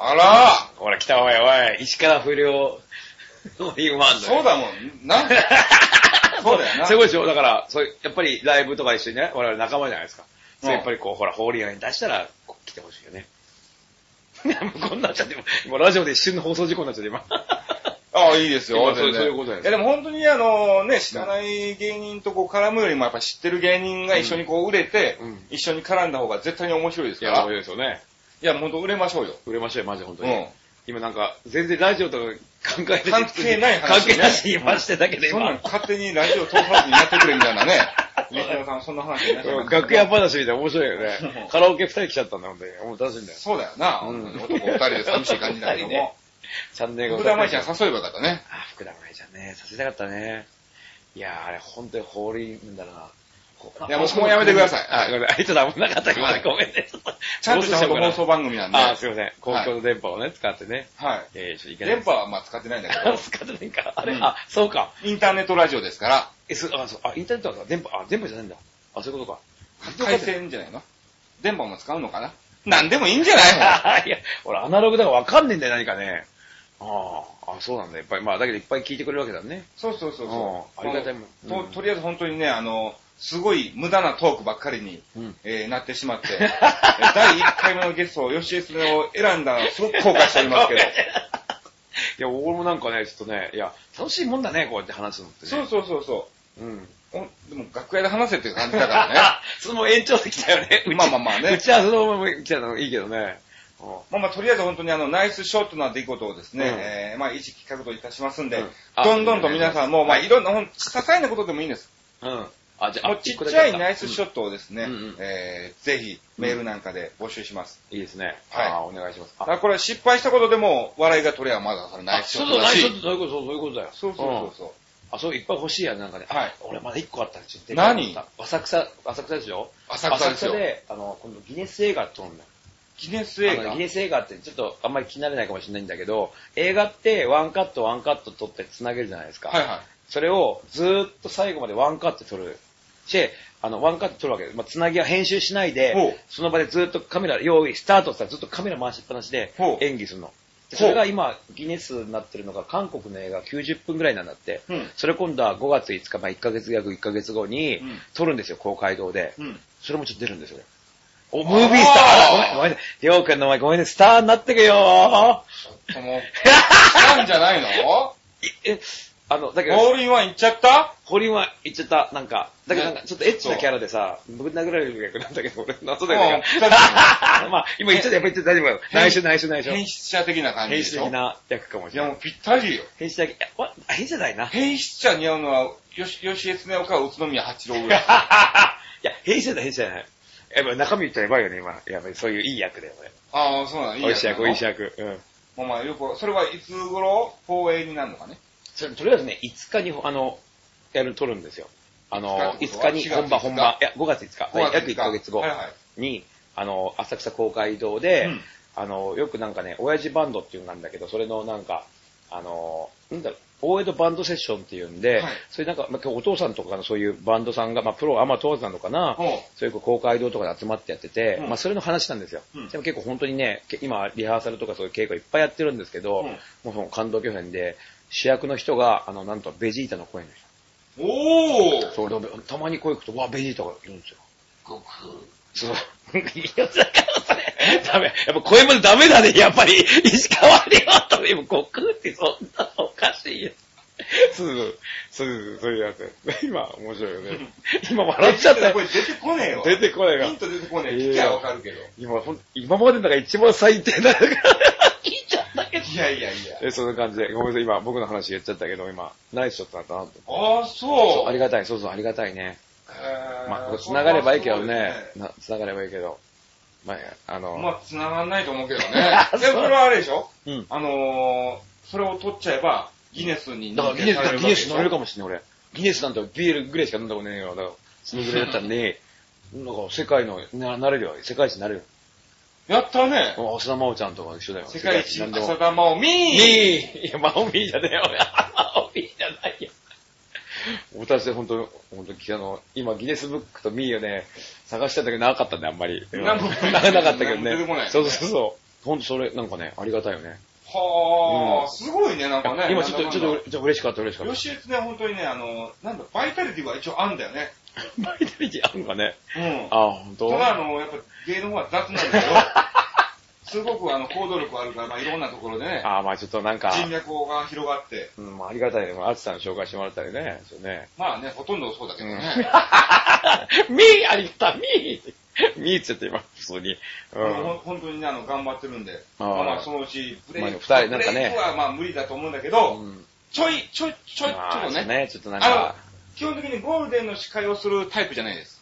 A: あら
B: ほら、来たおいおい、石川不良、ホールインワンだよ
A: そうだもん。な、そ うだよな。
B: すごいでしょだから、そういう、やっぱりライブとか一緒にね、我々仲間じゃないですか。そう、
A: うん
B: やっぱりこう、ほら、ホーリーアンに出したら、こう来てほしいよね。 もうこんなんなっちゃって、今ラジオで一瞬の放送事故になっちゃって、今。
A: ああ、いいですよ。
B: 今そう
A: 全然
B: そういうことです
A: いや、でも本当にあの、ね、知らない芸人とこう絡むよりも、やっぱ知ってる芸人が一緒にこう売れて、
B: うん
A: 一緒に絡んだ方が絶対に面白いですから。い
B: いですよね。
A: や、本当売れましょうよ。
B: 売れましょうよ、マジで本当
A: う
B: に。
A: ん。
B: 今なんか、全然ラジオとか考えて
A: 関係ない話
B: 関係なしに言いましてだけど、
A: そんな
B: 今
A: の。勝手にラジオ通さずにやってくれみたいな ね。吉野さんそんな話になっちゃいま
B: うん
A: した
B: 楽屋話みたいな面白いよ
A: う
B: ね
A: ん。
B: カラオケ二人来ちゃったんだ、本当に。もう楽しいんだよ。
A: そうだよな。
B: うん
A: 男二人で寂しい感じだけども。
B: チャンネルが
A: 福田麻衣ちゃん誘えばよかったね。
B: あ、福田舞ちゃんね、させたかったね。いやー、あれ、本当に放りなんだろうな。こ
A: いやもうもうやめてください
B: あ、
A: はい
B: ごめんなさい。ちょっと危なかった。ごめ
A: は
B: ん
A: い
B: ごめんね。ちょっと
A: ちゃんとした
B: 放送
A: 放
B: しよう
A: 送番組なん
B: か
A: で。
B: なあ、すいません。公共の電波をね、使ってね。
A: はい。
B: いやいや、ちょっといけない
A: 電
B: です。
A: 波はまあ使ってないんだけ
B: あ
A: ど、
B: 使ってないか。あれ、
A: うん
B: あ、そうか。
A: インターネットラジオですから、
B: え、す、あ、そう、あ、インターネットは電波、あ、電波じゃないんだ。あ、そういうことか。
A: 回線じゃないの電波も使うのかななんでもいいんじゃないの
B: あいや、俺、アナログだからわかんねえんだよ、何かね。ああ、あ、そうなんだ。いっぱい、まあ、だけどいっぱい聞いてくれるわけだね。
A: そうそうそうそう。
B: うんありがたいもん
A: と
B: うん
A: とりあえず本当にね、あの、すごい無駄なトークばっかりに、
B: うん
A: えーなってし まって、えー第1回目のゲストを、吉江スを選んだのはすごく後悔しております けど。
B: いや、俺もなんかね、ちょっとね、いや、楽しいもんだね、こうやって話すのってね。。
A: そうそうそうそう
B: うん。
A: う。おでも楽屋で話せっていう感じだからね。
B: あ、 その延長できたよね。
A: まあまあまあね
B: うちはそのまま来たのいいけどね。うん
A: まあまあとりあえず本当にあの、ナイスショットな出来事をですね、
B: うん
A: えーまあ一企画といたしますんで、
B: うんあ
A: どんどんと皆さんも、
B: いいね
A: まあいろんな、ほん、些細なことでもいいんです。
B: うん。あ、じゃあ、
A: も
B: あ
A: うちっちゃいナイスショ
B: ット。
A: ットをですね、
B: うんうんうん
A: えーぜひメールなんかで募集します。
B: いいですね。
A: はい
B: あお願いします。
A: だからこれは失敗したことでも笑いが取れはまだそれナイ
B: あ、
A: スシ
B: そ
A: ョッ
B: うそ
A: ト
B: う、
A: だ
B: ナイス
A: し
B: ショットそういうこと、そういうことだよ。
A: そうそうそうそう。
B: うん。あ、そう、いっぱい欲しいや、なんかね。
A: はい
B: あ俺まだ一個あったんですよ。
A: 何
B: 浅草、浅草ですよ。
A: 浅草ですよ
B: で、あの、今度ギネス映画撮るんだよ
A: ギネス映
B: あの
A: 画
B: ギ。ネス映画ってちょっとあんまり気になれないかもしれないんだけど、映画ってワンカットワンカット撮って繋げるじゃないですか。
A: はいは
B: それをずーっと最後までワンカット撮る。して、あの、ワンカット撮るわけです。まあ、繋ぎは編集しない
A: ほう
B: で、その場でずーっとカメラ用意、スタートしたらずっとカメラ回しっぱなしで
A: ほう
B: 演技するの。で
A: ほ
B: そうれが今、ギネスになってるのが韓国の映画90分ぐらいなんだって。
A: うん
B: それ今度は5月5日、まあ、1ヶ月約1ヶ月後に
A: うん
B: 撮るんですよ、公開堂で。
A: い。うん。
B: それもちょっと出るんですよ、ね。お、ムービースターあらごめん、ごめんね。りょうくんの前ごめんね、スターになってくよー
A: その、なんじゃないの
B: いえ、あの、だけど、
A: オールインワン行っちゃった
B: ホリンは言っちゃった、なんか。だけどなんか、
A: ね
B: ちょっとエッチなキャラでさ、僕殴られる役なんだけど、俺、謎だ
A: うん
B: よね。
A: だっ
B: まあ、今言っちゃった、やっぱ言っちゃった、大丈夫だよ。
A: 変
B: 内緒内緒内緒。
A: 変質者的な感じで
B: 変
A: し
B: 質
A: ょ
B: 的な役かもし
A: い
B: れ
A: や
B: な
A: も
B: い。
A: うぴったりよ。
B: 変質的、いや、わ、変質じゃないな。い
A: 変質者似合うのは、よし、よしえつねおか宇都宮八郎ぐ らい。
B: や、変質じゃない、変質じゃない。やっぱ中身言ったらやばいよね、今。やっぱりそういういい役だよ、ね
A: ああ、そうなの。いいや
B: おいしい役、おいしい役。うん。
A: まあまあ、よく、それはいつ頃放映になるのかね。
B: それとりあえずね、5日に、あの、やる、撮るんですよ。あの、
A: 5
B: 5日に
A: 4月
B: 本
A: 5日
B: 場、本場、いや、5月5日、はい約1ヶ月後
A: はいはい。
B: に、あの、浅草公会堂で、
A: うん
B: あの、よくなんかね、親父バンドっていうのなんだけど、それのなんか、あの、なんだろう、大江戸バンドセッションっていうんで、
A: はい
B: それなんか、まあ、今日お父さんとかのそういうバンドさんが、まあ、プロ、アマ問わずなのかな、
A: ほう
B: そういう公会堂とかで集まってやってて、
A: うん
B: まあ、それの話なんですよ。
A: うん
B: でも結構本当にね、け今、リハーサルとかそういう稽古いっぱいやってるんですけど、
A: うん
B: もうその感動巨編で、主役の人が、あの、なんとベジータの声の
A: おー
B: 人。そうでたまに声聞くと、わ、ベジータがいるんですよ。
A: ごく
B: そう。 いや、だからそれ、ダメ。やっぱ声もダメだね、やっぱり。石川遼と、今、悟空ってそんなのおかしいよ。すぐ、すぐ、そういうやつ。今、面白いよね。 今、笑っちゃったよ
A: こ。れ出てこねえよ。
B: 出てこないが
A: ヒント出てこねえ。聞きゃわかるけど。
B: 今、ほん今までのが一番最低だから。い
A: いやいやいや。
B: え、そんな感じで。ごめんなさい、今、僕の話言っちゃったけど、今、ナイスショットだったなと。
A: ああ、そう。
B: ありがたい、そうそう、ありがたいね。
A: えー
B: まあ、これ繋がればいいけどね
A: そうです。
B: な繋がればいいけど。まあ、あの、
A: まあ、繋がんないと思うけどね。
B: そう
A: で、これはあれでしょ
B: うん。
A: あのー、それを取っちゃえば、ギネスに認
B: だからギ
A: 定
B: ネ
A: さ
B: ス、だ
A: れるわ
B: から
A: け
B: ギ
A: で
B: ネ
A: しょ
B: ス飲めるかもしれない、俺。ギネスなんてビールぐらいしか飲んだことねえよ。だから、そのぐらいだったんで、なんか世界の、な、なれるよ。世界一になれる
A: やったね。
B: よ。浅田真央ちゃんとか一緒だよ。
A: 世界一、
B: なんでも
A: 浅田真央、ミ
B: ミ
A: ー
B: ーいや、マオミーじゃね えよ。
D: あ、おみじゃないよ。
B: 私本当本当あの、今ギネスブックとミーをね、探してたんだけどなかったんで、あんまり。
A: なんも
B: なかなかったけどね。
A: 出てこない
B: そうそうそう。本当それ、なんかね、ありがたいよね。
A: はあ、
B: うん
A: すごいね、なんかね。
B: 今ちょっと、ちょっ
A: っ
B: と、ちょっと嬉しかった、嬉しかった。
A: 吉悦ね、本当にね、あの、なんだ、バイタリティは一応あんだよね。
B: バイタリティあんかね。
A: うん。
B: あ、本当
A: ただ、あの、やっぱ芸能は雑なんだ けど、すごくあの、行動力あるから、まあ、いろんなところでね、
B: あ、まあちょっとなんか、
A: 人脈が広がって、
B: うん、まあありがたいね。まあ、アツさん紹介してもらったりね。そうね。
A: まあね、ほとんどそうだけどね。
D: ミーありった、ミー
B: ミーっちゃって今、普通に。う
A: うんほん
B: ん。
A: 本当にね、あの、頑張ってるんで。
B: あー
A: まあまあ、そのうち、ブレイク、
B: まあ二人なんかね
A: ブレイクはまあ無理だと思うんだけど、
B: うん
A: ちょい、ちょい、ちょい、ちょ
B: まあ
A: っとね、
B: ね、ちょっとなん
A: あ
B: か、
A: の、基本的にゴールデンの司会をするタイプじゃない です。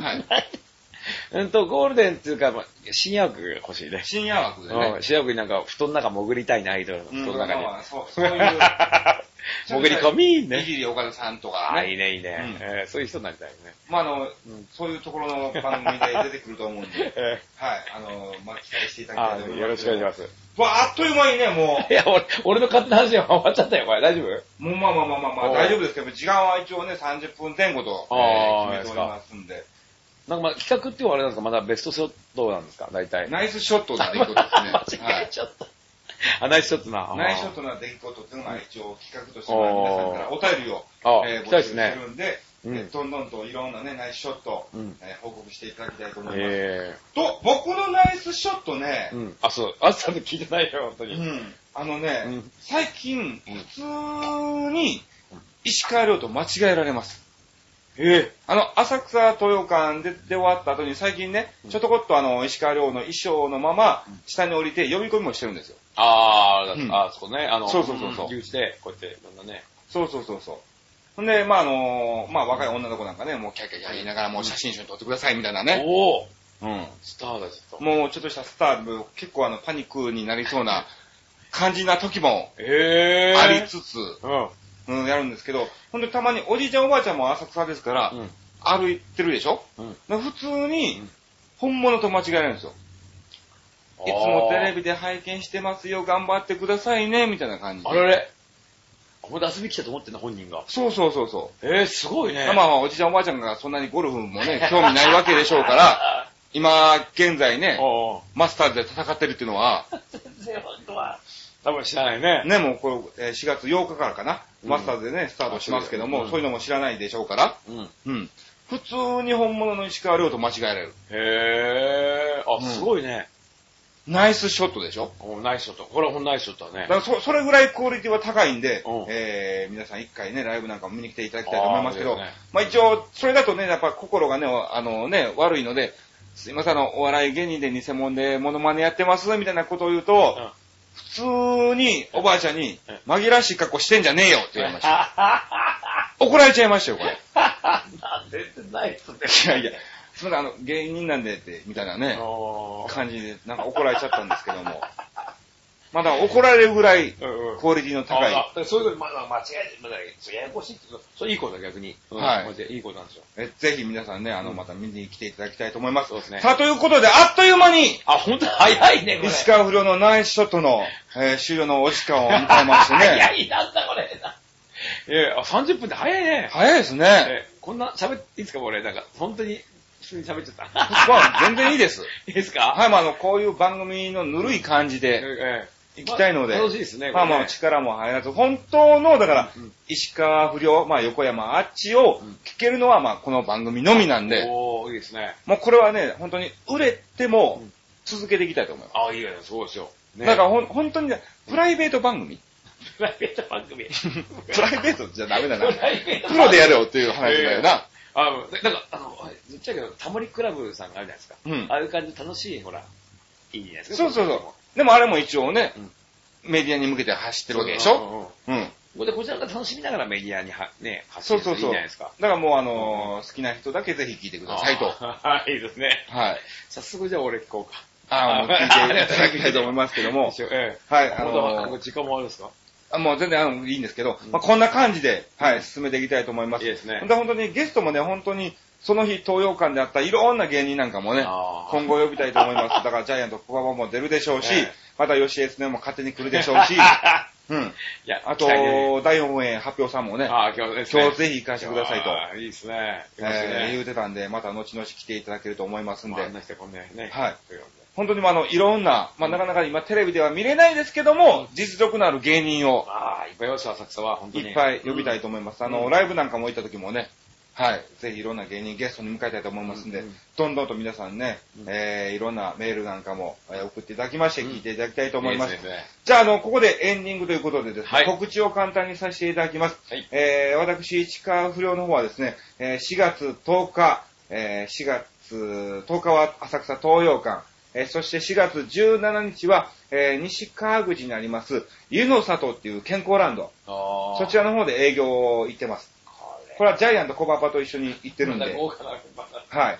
A: はい。
B: うんと、ゴールデンっていうか、まあ、新薬欲しいね。
A: 深夜枠で
B: う
A: ね
B: ん、。主役になんか、布団の中潜りたいね、アイドルの布
A: うん、まあ
B: 団の中に。
A: まあ、そう、そう いう。
B: 潜り込み
A: ね。い
B: ね。
A: じり岡田さんとか
B: ああ、い
A: ね。
B: いね、いいね、
A: うん
B: えーそういう人になりたいよね。
A: まあ、あの
B: ん、。
A: そういうところの番組で出てくると思うんで
B: え
A: はい。あの、まあ、期待していた
B: ー
A: だ
B: あ
A: きたいと思います。
B: ーよろしくお願いします。
A: す。わあ、あっという間にね、もう。
B: いや、俺、俺の勝手な話は終わっちゃったよ、これ。大丈夫
A: もうまあまあまあまあまあ、
B: おう
A: 大丈夫ですけど、時間は一応ね、30分前後と、え
B: あ
A: ー
B: ー
A: 決めておりますんで。
B: なんかまあ、企画っていうのはあれなんですかまだベストショットなんですか大体。
A: ナイスショットな出来事 です ね。は
D: 間違え
A: い
D: ちゃった。
B: あ、ナイスショットな。あー
A: ナイスショットな出来事っていうのが一応企画としては皆さんからお便りを、
B: あー
A: えー
B: 聞きた
A: 募集
B: いですすね
A: るんで、え
B: うん
A: ーどんどんといろんなね、ナイスショット、
B: うん
A: えー報告していただきたいと思います。
B: え
A: と、僕のナイスショットね
B: え、うん。あ、そう。あつさんの聞いてないよ、本当
A: う
B: に。
A: ん、あのね、
B: うん
A: 最近、普通に石川遼と間違えられます。
B: ええ
A: あの、浅草豊館でで終わった後に最近ね、ちょこっとあの、石川遼の衣装のまま、下に降りて呼び込みもしてるんですよ。
B: あー、
A: うん
B: あそこね。あの、
A: そうそうそうそう
B: 牛して、こうやって、いろんなね。
A: そうそうそうそう。ほんで、まあ、あのまあ、若い女の子なんかね、もうキャーキャーキャー言いながら、もう写真一緒に撮ってくださいみたいなね。
B: おお
A: うん。
B: スターだ、ちょっと。
A: もうちょっとしたスターでも、結構あの、パニックになりそうな感じな時も
B: ええ
A: ありつつ、
B: うん。
A: うん、やるんですけど、ほんでたまにおじいちゃんおばあちゃんも浅草ですから、
B: うん
A: 歩いてるでしょ
B: うん。
A: だから普通に
B: うん、
A: 本物と間違えられるんですよ。いつもテレビで拝見してますよ、頑張ってくださいね、みたいな感じで。
B: あれれここで遊び来たと思ってんだ、本人が。
A: そうそうそうそ。
B: えー、すごいうね。
A: まあまあ、おじいちゃんおばあちゃんがそんなにゴルフもね、興味ないわけでしょう から、今、現在ね、
B: おうおう
A: マスターズで戦ってるっていうのは、
D: 全然本当は。
B: 多分知らないね。
A: ね、もうこれ、えー4月8日からかな、
B: うん
A: マスターズでね、スタートしますけども、
B: うん
A: そういうのも知らないでしょうから、
B: うん。
A: うん。普通に本物の石川遼と間違えられる。
B: へー。
A: ん
B: あ、すごいね。
A: ナイスショットでしょ
B: おナイスショット。これはほんとナイスショットだね
A: だ。からそ、それぐらいクオリティは高いんで
B: うん、
A: えー、皆さん一回ね、ライブなんかも見に来ていただきたいと思いますけど、
B: あーいいですね
A: まあ一応、それだとね、やっぱ心がね、あのね、悪いので、すいません、あの、お笑い芸人で偽物でモノマネやってます、みたいなことを言うと、
B: うん
A: 普通におばあちゃんに
B: うん、
A: 紛らわしい格好してんじゃねえよって言われました。怒られちゃいましたよ、 これ。
D: 全然ないっすね。
A: いやいや、すいません、あの、芸人なんでって、みたいなね、
B: おー
A: 感じで、なんか怒られちゃったんですけども。まだ怒られるぐらい、
B: うんうん
A: クオリティの高い。
B: ああそういうの、まあ、まあ間違えて、まあ、ややこしいってこと、それいいことだ、逆に。うん
A: はい
B: マジでいいことなんですよ。
A: えぜひ皆さんね、あの、また見に来ていただきたいと思います。
B: そうですね
A: さあ、ということで、あっという間に、
B: あ、ほんと早いね、これ。
A: 石川不良のナイスショットの、えー終了のお時間を迎えま して
D: 早
A: ね。
D: いなんだこれ。
B: えーあ、30分で早いね。
A: 早いですね。
B: えーこんな喋っていいですか、俺。なんか、本当に、普通に喋っちゃっ
A: ま
B: た。
A: あ、全然いいです。
B: いいですか
A: はい、まあ、あの、こういう番組のぬるい感じで
B: えー
A: 行きたいので。
B: まあ楽しいですね、
A: まあまあ、
B: こ
A: 力も入らず、本当の、だから
B: うん、
A: 石川不良、まあ、横山あっちを
B: うん
A: 聞けるのは、まあ、この番組のみなん
B: れね
A: で、
B: おー、いいですね。
A: もうこれはね、本当に売れても
B: うん
A: 続けていきたいと思います。
B: あ、いいよね、そうですよ。ね
A: だから、ほん本当にね、プライベート番組
D: プライベート番 組。
A: プライベートじゃダメだ な。
D: プライベート
A: プロでやれよっていう話だよな。
B: あの、なんか、あの、言っちゃうけど、タモリクラブさんがあるじゃないですか。
A: うん
B: ああいう感じで楽しい、ほら、いいじゃないですか。
A: そうそうそう。でもあれも一応ね
B: うん、
A: メディアに向けて走ってるわけでしょうん。
B: うんで、こちらが楽しみながらメディアには、ね、発
A: そう
B: 信す
A: そ
B: る
A: う
B: いいじ
A: そ
B: ゃ
A: う。だか。
B: ないですか
A: らもうあのー、好きな人だけぜひ聞いてくださいと。
B: はい、いいですね。
A: はい。
B: 早速じゃあ俺聞こうか。
A: あの、聞いていただきたいと思いますけど も。
B: ええ。
A: はい、あ
B: まだ
A: の、
B: 時間もあるんですか
A: あもう全然あのいいんですけど、まあ、こんな感じで、はい、進めていきたいと思いま
B: い
A: す。
B: いですね。
A: で本当にゲストもね、本当に、その日東洋館であったいろんな芸人なんかもね、
B: あー
A: 今後呼びたいと思います。だからジャイアントコババも出るでしょうし
B: ええ、
A: また吉江スネも勝手に来るでしょう し、うん。
B: いや、
A: あ
B: 期待で
A: と、大本営発表さんもね、
B: ああ、今日ですね。
A: 今日ぜひ行かせてくださいと
B: ああ。いいですね。行きます
A: えー言
B: ね
A: うてたんで、また後々来ていただけると思いますん
B: まあ
A: で
B: あん、な人こんなね。
A: はい
B: とうこ
A: 本当にまああの、いろんな、まあなかなか今テレビでは見れないですけども、実力のある芸人を
B: とで。ああ、いっぱいいました、浅草は、本当
A: い
B: に。
A: っぱい呼びたいと思います。あ
B: う
A: の、
B: ん
A: ライブなんかも行った時もね、はい、ぜひいろんな芸人ゲストに迎えたいと思いますんで、
B: うん
A: どんどんと皆さんね、
B: うん
A: えー、いろんなメールなんかもえー送っていただきまして、
B: うん
A: 聞いていただきたいと
B: と
A: 思います。
B: ですね。
A: じゃあ、あの、ここでエンディングということでですね、
B: はい
A: 告知を簡単にさせていただきます。
B: はい
A: えー、私、市川不良の方はですね、えー4月10日、えー4月10日は浅草東洋館、えーそして4月17日は、えー西川口にあります、湯の里っていう健康ランド、
B: ああ。
A: そちらの方で営業を行ってます。
B: これ。
A: これはジャイアント小馬場と一緒に行ってるんで、
B: 豪華な、まだ
A: はい。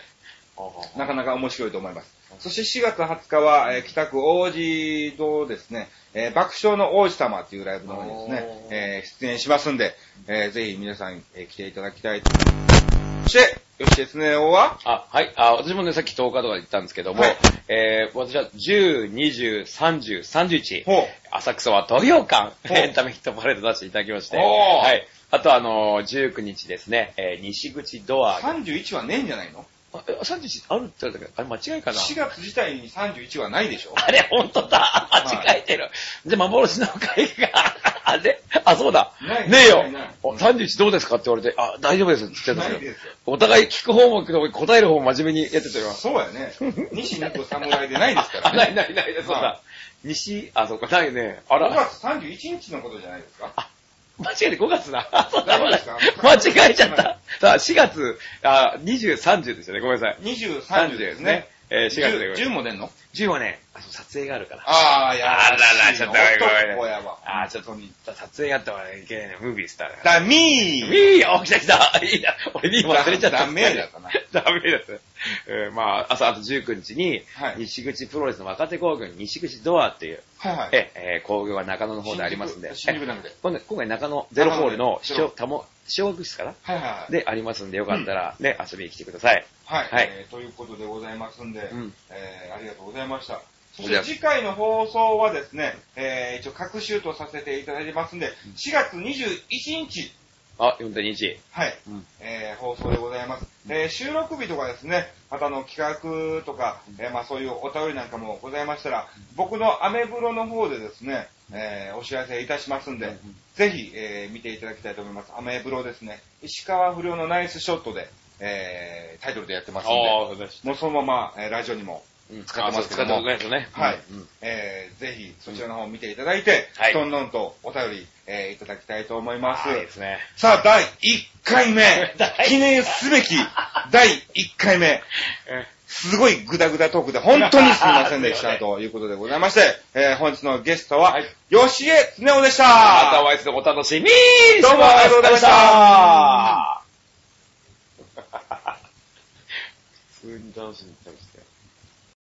A: なかなか面白いと思います。そして4月20日は、えー北区王子堂ですね、えー爆笑の王子様っていうライブの方にですね
B: お、ー
A: えー出演しますんで、えーぜひ皆さん、えー来ていただきたいとそして、吉江恒夫は、
B: あ、はい。あ、私もね、さっき10日とか言ったんですけども、
A: はい
B: えー、私は10、20、30、31、
A: ほう
B: 浅草は東洋館、
A: ほう
B: エンタメヒットパレード出していただきまして、
A: おー
B: はい。あとあのー、19日ですね、えー、西口ドア。
A: 31はねえんじゃないの
B: あえ31あるって言われたけど、あれ間違いかな
A: ?4 月自体に31はないでしょ
B: あれ、本当だ。間違えてる。で、幻の会が、あれあ、そうだ
A: な。い
B: ねえよ
A: ないない。
B: お31どうですかって言われて、あ、大丈夫ですって言ってた
A: な
B: ん
A: い
B: ですけ
A: で
B: ど。
A: すよ。
B: お互い聞く方も聞く方も答える方も真面目にやってたよ。
A: そうや ね。西2個侍でないですから
B: あ、
A: ね。
B: ないないない、そう
A: は
B: だ。西、あ、そうか、ないね。あ
A: 5
B: ら、
A: 月31日のことじゃないですか。
B: 間違えて5月だ。あそう
A: 大
B: だ
A: 丈夫ですか
B: 間違えちゃった。さあ、4月、あ、20、30ですよね。ごめんなさい。
A: 20、30ですね。
B: えー、4月でごめんなさい
A: 10も出んの
B: 10はね、あそう撮影があるから。
A: ああ、や
B: あらら、ちょっとごめん
A: 男
B: ごめ
A: や
B: ん
A: わ。。
B: あー、ちょっと、撮影があったからいけないね。ムービースターだから。
A: ダミー
B: ミーあ、来た来たいいな。俺ミー忘れちゃった。
A: ダメだったな。
B: ダメだった。えーまあ、朝、あと19日に
A: はい、
B: 西口プロレスの若手工軍、西口ドアっていう、
A: はいはい。
B: え、えー、工業は中野の方でありますんで。
A: 新宿新宿なんで
B: え今度今回中野ゼロホールの
A: 中野
B: 小、たも、小学室かな
A: はいはいはい。
B: でありますんで、よかったらね、遊びに来てください。
A: はい、
B: はい
A: えーということでございますんで、
B: ん
A: えーありがとうございました。そし
B: おじ
A: て
B: ゃ
A: 次回の放送はですね、えー一応各週とさせていただいてますんで、4月21日、
B: あ、4.2時。
A: はい、
B: うん
A: えー放送でございます。えー収録日とかですね、またあの企画とか、えーまあそういうお便りなんかもございましたら、僕のアメブロの方でですね、えーお知らせいたしますんで、
B: うん
A: ぜひ、えー見ていただきたいと思います。アメブロですね、石川不良のナイスショットで、えータイトルでやってますんで、
B: ああ、そうです。
A: もうそのまま、えーラジオにも、
B: うん
A: 使ってますけども
B: あそう使ってますね。
A: はい、
B: うんうん
A: えーぜひそちらの方を見ていただいて、
B: はい
A: どんどんとお便り、えーいただきたいと思います。
B: はい、ですね。
A: さあ、第1回目
B: 第、一
A: 記念すべき第1回目、すごいグダグダトークで本当にすみませんでし
B: すいませ
A: た
B: ん
A: ということでございまして、えー本日のゲストは
B: はい、
A: 吉江恒夫でした。
B: またお会いするのお楽しみ
A: どうもありがとうございました。
B: 普通に楽しんでましたよ。